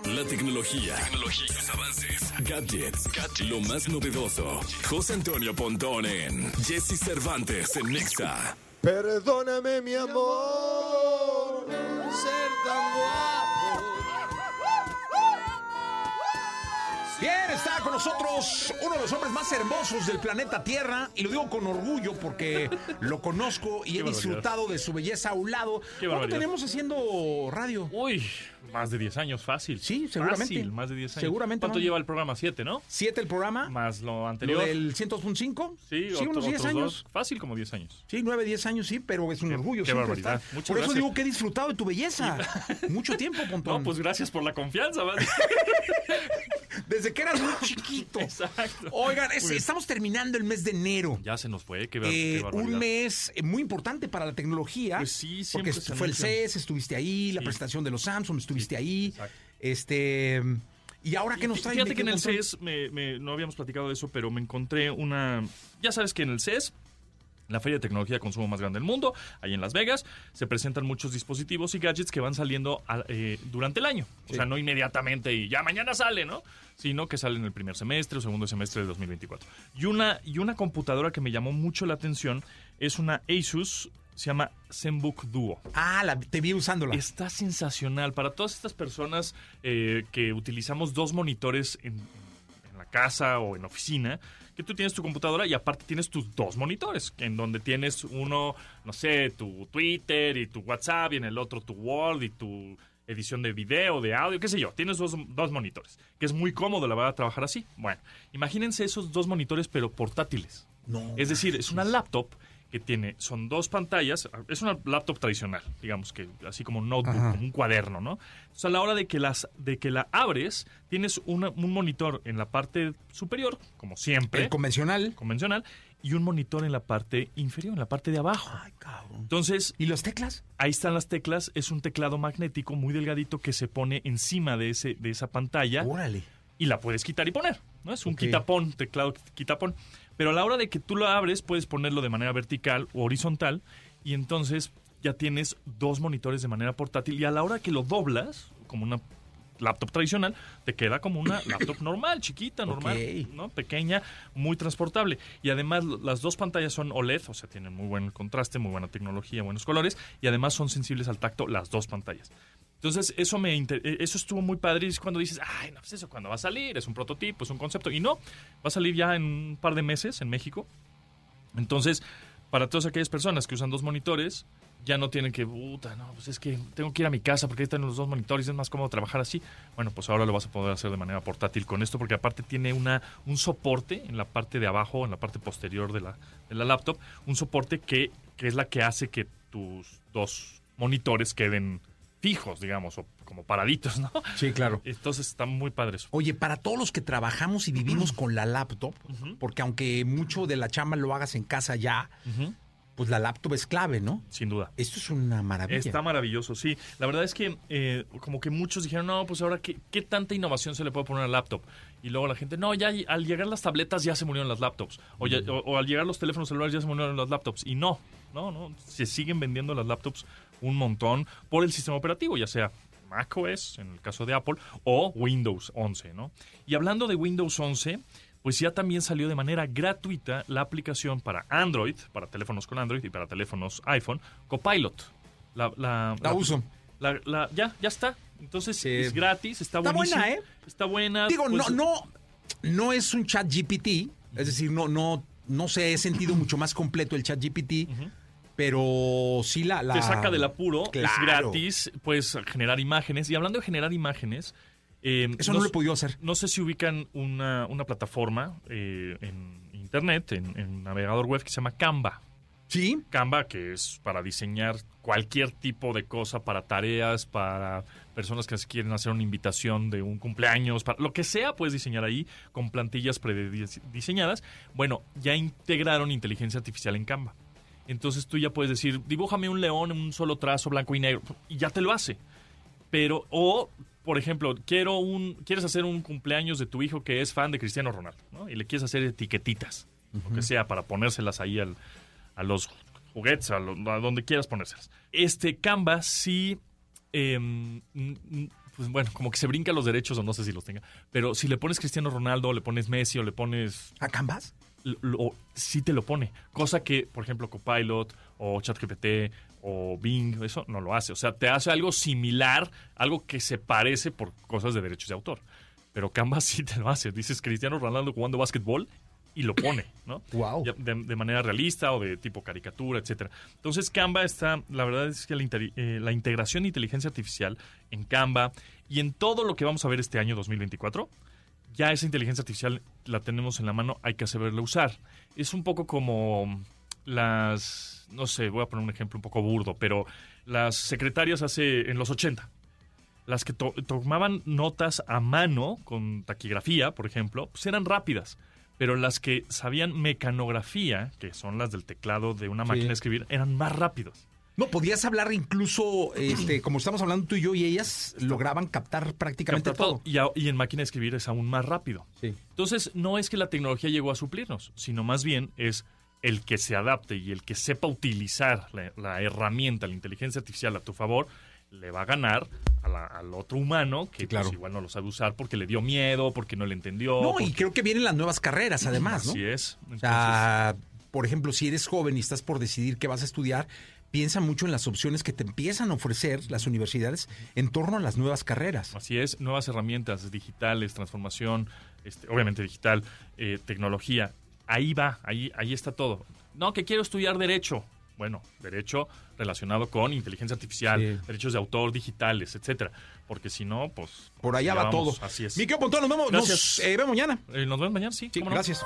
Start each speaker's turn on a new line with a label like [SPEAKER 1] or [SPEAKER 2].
[SPEAKER 1] la tecnología. Tecnología. Los avances. Gadgets. Gadgets. Lo más novedoso. José Antonio Pontón en Jesse Cervantes en Nexa.
[SPEAKER 2] Perdóname, mi amor, ser tan guapo.
[SPEAKER 3] Bien, está con nosotros uno de los hombres más hermosos del planeta Tierra y lo digo con orgullo porque lo conozco y he disfrutado de su belleza a un lado. ¿Cuánto
[SPEAKER 4] barbaridad.
[SPEAKER 3] tenemos haciendo radio?
[SPEAKER 4] Uy, más de 10 años, fácil.
[SPEAKER 3] Sí, seguramente.
[SPEAKER 4] Fácil, más de 10 años.
[SPEAKER 3] Seguramente,
[SPEAKER 4] ¿Cuánto
[SPEAKER 3] ¿no?
[SPEAKER 4] lleva el programa? 7, ¿no?
[SPEAKER 3] ¿Siete el programa?
[SPEAKER 4] Más lo
[SPEAKER 3] ¿Lo
[SPEAKER 4] anterior.
[SPEAKER 3] del 100.5?
[SPEAKER 4] Sí, otro-
[SPEAKER 3] unos 10
[SPEAKER 4] otros
[SPEAKER 3] años.
[SPEAKER 4] dos. Fácil, como 10 años.
[SPEAKER 3] Sí, nueve, diez años, sí, pero es un orgullo.
[SPEAKER 4] qué
[SPEAKER 3] siempre
[SPEAKER 4] barbaridad.
[SPEAKER 3] estar.
[SPEAKER 4] Muchas
[SPEAKER 3] Por eso
[SPEAKER 4] gracias.
[SPEAKER 3] digo que he disfrutado de tu belleza. Mucho tiempo, Pontón.
[SPEAKER 4] No, pues gracias por la confianza, ¿vale?
[SPEAKER 3] Desde que eras muy chiquito.
[SPEAKER 4] Exacto.
[SPEAKER 3] Oigan, es-
[SPEAKER 4] Muy bien.
[SPEAKER 3] estamos terminando el mes de enero.
[SPEAKER 4] Ya se nos fue, qué, bar-
[SPEAKER 3] Eh,
[SPEAKER 4] qué barbaridad.
[SPEAKER 3] un mes eh, muy importante para la tecnología.
[SPEAKER 4] Pues sí,
[SPEAKER 3] porque
[SPEAKER 4] siempre
[SPEAKER 3] est-
[SPEAKER 4] se
[SPEAKER 3] fue el
[SPEAKER 4] anuncian.
[SPEAKER 3] CES, estuviste ahí, la
[SPEAKER 4] Sí.
[SPEAKER 3] presentación de los Samsung, estuviste ahí.
[SPEAKER 4] exacto.
[SPEAKER 3] Este. ¿Y ahora qué nos
[SPEAKER 4] Fí-
[SPEAKER 3] trae?
[SPEAKER 4] Fíjate que en el E
[SPEAKER 3] Pontón?
[SPEAKER 4] CES, me- me- no habíamos platicado de eso, pero me encontré una... Ya sabes que en el CES, la feria de tecnología de consumo más grande del mundo, ahí en Las Vegas, se presentan muchos dispositivos y gadgets que van saliendo al- eh, durante el año. O sea, no inmediatamente y ya mañana sale, ¿no? Sino que sale en el primer semestre o segundo semestre de 2024. Y una, y una computadora que me llamó mucho la atención es una Asus, se llama ZenBook Duo.
[SPEAKER 3] Ah, la- te vi usándola.
[SPEAKER 4] Está sensacional. Para todas estas personas eh, que utilizamos dos monitores en, en la casa o en la oficina, que tú tienes tu computadora y aparte tienes tus dos monitores, en donde tienes uno, no sé, tu Twitter y tu WhatsApp y en el otro tu Word y tu edición de video, de audio, qué sé yo. Tienes dos, dos monitores, que es muy cómodo, la verdad, trabajar así. Bueno, imagínense esos dos monitores, pero portátiles.
[SPEAKER 3] No.
[SPEAKER 4] Es decir, es una laptop que tiene, son dos pantallas, es una laptop tradicional, digamos que así como un notebook,
[SPEAKER 3] Ajá.
[SPEAKER 4] como un cuaderno, ¿no? Entonces a la hora de que, las, de que la abres, tienes una- un monitor en la parte superior, como siempre,
[SPEAKER 3] El convencional.
[SPEAKER 4] convencional, y un monitor en la parte inferior, en la parte de abajo.
[SPEAKER 3] Ay, cabrón.
[SPEAKER 4] Entonces,
[SPEAKER 3] ¿Y las teclas?
[SPEAKER 4] ahí están las teclas, es un teclado magnético muy delgadito que se pone encima de, ese, de esa pantalla
[SPEAKER 3] Órale.
[SPEAKER 4] y la puedes quitar y poner. ¿no? Es un
[SPEAKER 3] Ok.
[SPEAKER 4] quitapón, teclado quitapón. Pero a la hora de que tú lo abres, puedes ponerlo de manera vertical o horizontal y entonces ya tienes dos monitores de manera portátil y a la hora que lo doblas, como una laptop tradicional, te queda como una laptop normal, chiquita, normal,
[SPEAKER 3] Ok.
[SPEAKER 4] ¿no? pequeña, muy transportable. Y además lo- las dos pantallas son OLED, o sea, tienen muy buen contraste, muy buena tecnología, buenos colores y además son sensibles al tacto las dos pantallas. Entonces, eso me inter- eh, eso estuvo muy padre. y Es cuando dices, ay, no, pues eso, cuando va a salir? Es un prototipo, es un concepto. Y no, va a salir ya en un par de meses en México. Entonces, para todas aquellas personas que usan dos monitores, ya no tienen que, puta, no, pues es que tengo que ir a mi casa porque ahí están los dos monitores, es más cómodo trabajar así. Bueno, pues ahora lo vas a poder hacer de manera portátil con esto, porque aparte tiene una, un soporte en la parte de abajo, en la parte posterior de la, de la laptop, un soporte que, que es la que hace que tus dos monitores queden fijos, digamos, o como paraditos, ¿no?
[SPEAKER 3] Sí, claro.
[SPEAKER 4] Entonces está muy padre eso.
[SPEAKER 3] Oye, para todos los que trabajamos y vivimos con la laptop, porque aunque mucho de la chamba lo hagas en casa ya,
[SPEAKER 4] Ujú,
[SPEAKER 3] pues la laptop es clave, ¿no?
[SPEAKER 4] Sin duda.
[SPEAKER 3] Esto es una maravilla.
[SPEAKER 4] Está maravilloso, sí. La verdad es que eh, como que muchos dijeron, no, pues ahora, ¿qué, qué tanta innovación se le puede poner al laptop? Y luego la gente, no, ya hay- al llegar las tabletas ya se murieron las laptops. O, ya- o- o al llegar los teléfonos celulares ya se murieron las laptops. Y no, no, no. Se siguen vendiendo las laptops un montón por el sistema operativo, ya sea macOS, en el caso de Apple, o Windows 11, ¿no? Y hablando de Windows 11, pues ya también salió de manera gratuita la aplicación para Android, para teléfonos con Android y para teléfonos iPhone, Copilot. La, la-
[SPEAKER 3] La uso.
[SPEAKER 4] la- la- ya, ya está. Entonces
[SPEAKER 3] Sí.
[SPEAKER 4] es gratis, está,
[SPEAKER 3] Está buena,
[SPEAKER 4] buenísimo.
[SPEAKER 3] ¿eh?
[SPEAKER 4] Está buena.
[SPEAKER 3] Digo,
[SPEAKER 4] pues,
[SPEAKER 3] no, no, no es un chat GPT, es decir, no, no, no sé, he sentido mucho más completo el chat GPT, pero sí la, la-
[SPEAKER 4] Te saca del apuro, es
[SPEAKER 3] Ah, Claro.
[SPEAKER 4] gratis, puedes generar imágenes. Y hablando de generar imágenes... eh,
[SPEAKER 3] Eso no,
[SPEAKER 4] nos-
[SPEAKER 3] lo he podido hacer.
[SPEAKER 4] No sé si ubican una, una plataforma eh, en internet, en, en navegador web que se llama Canva.
[SPEAKER 3] Sí,
[SPEAKER 4] Canva, que es para diseñar cualquier tipo de cosa, para tareas, para personas que quieren hacer una invitación de un cumpleaños, para lo que sea, puedes diseñar ahí con plantillas prediseñadas. Bueno, ya integraron inteligencia artificial en Canva. Entonces tú ya puedes decir, dibújame un león en un solo trazo blanco y negro, y ya te lo hace. Pero, o, por ejemplo, quiero un, quieres hacer un cumpleaños de tu hijo que es fan de Cristiano Ronaldo, ¿no? Y le quieres hacer etiquetitas, lo que sea, para ponérselas ahí al, a los juguetes, a, lo- a donde quieras ponérselas. Este Canva sí, eh, mm, mm, pues em, pues, bueno, como que se brinca los derechos o no sé si los tenga. Pero si le pones Cristiano Ronaldo, le pones Messi o le pones...
[SPEAKER 3] ¿A Canvas?
[SPEAKER 4] lo- lo- sí te lo pone. Cosa que, por ejemplo, Copilot o ChatGPT o Bing, eso no lo hace. O sea, te hace algo similar, algo que se parece por cosas de derechos de autor. Pero Canvas sí te lo hace. Dices Cristiano Ronaldo jugando básquetbol y lo pone, ¿no?
[SPEAKER 3] Guau.
[SPEAKER 4] Ya De, de manera realista o de tipo caricatura, etcétera. Entonces, Canva está, la verdad es que la, interi- eh, la integración de inteligencia artificial en Canva y en todo lo que vamos a ver este año 2024 ya esa inteligencia artificial la tenemos en la mano, hay que saberla usar. Es un poco como las, no sé, voy a poner un ejemplo un poco burdo, pero las secretarias hace en los 80, las que to- tomaban notas a mano con taquigrafía, por ejemplo, pues eran rápidas. Pero las que sabían mecanografía, que son las del teclado de una máquina de escribir, eran más rápidos.
[SPEAKER 3] No, podías hablar incluso, este, como estamos hablando tú y yo, y ellas lograban captar prácticamente
[SPEAKER 4] Captar
[SPEAKER 3] todo.
[SPEAKER 4] Y, a- y en máquina de escribir es aún más rápido.
[SPEAKER 3] Sí.
[SPEAKER 4] Entonces, no es que la tecnología llegó a suplirnos, sino más bien es el que se adapte y el que sepa utilizar la, la herramienta, la inteligencia artificial a tu favor, le va a ganar a la- al otro humano que
[SPEAKER 3] Sí, claro.
[SPEAKER 4] pues, igual no lo sabe usar porque le dio miedo, porque no le entendió.
[SPEAKER 3] No,
[SPEAKER 4] porque-
[SPEAKER 3] y creo que vienen las nuevas carreras, además, ¿no?
[SPEAKER 4] Así es.
[SPEAKER 3] O
[SPEAKER 4] Entonces,
[SPEAKER 3] sea, por ejemplo, si eres joven y estás por decidir qué vas a estudiar, piensa mucho en las opciones que te empiezan a ofrecer las universidades en torno a las nuevas carreras.
[SPEAKER 4] Así es, nuevas herramientas digitales, transformación, este, obviamente digital, eh, tecnología. Ahí va, ahí, ahí está todo. No, que quiero estudiar derecho. Bueno, derecho relacionado con inteligencia artificial,
[SPEAKER 3] Sí.
[SPEAKER 4] derechos de autor digitales, etcétera. Porque si no, pues
[SPEAKER 3] Por allá
[SPEAKER 4] ya
[SPEAKER 3] va
[SPEAKER 4] vamos,
[SPEAKER 3] todo.
[SPEAKER 4] Así es.
[SPEAKER 3] Mi querido Pontón, nos vemos.
[SPEAKER 4] Gracias.
[SPEAKER 3] Nos eh, vemos mañana.
[SPEAKER 4] Eh, nos vemos mañana, sí.
[SPEAKER 3] Sí,
[SPEAKER 4] cómo no.
[SPEAKER 3] gracias.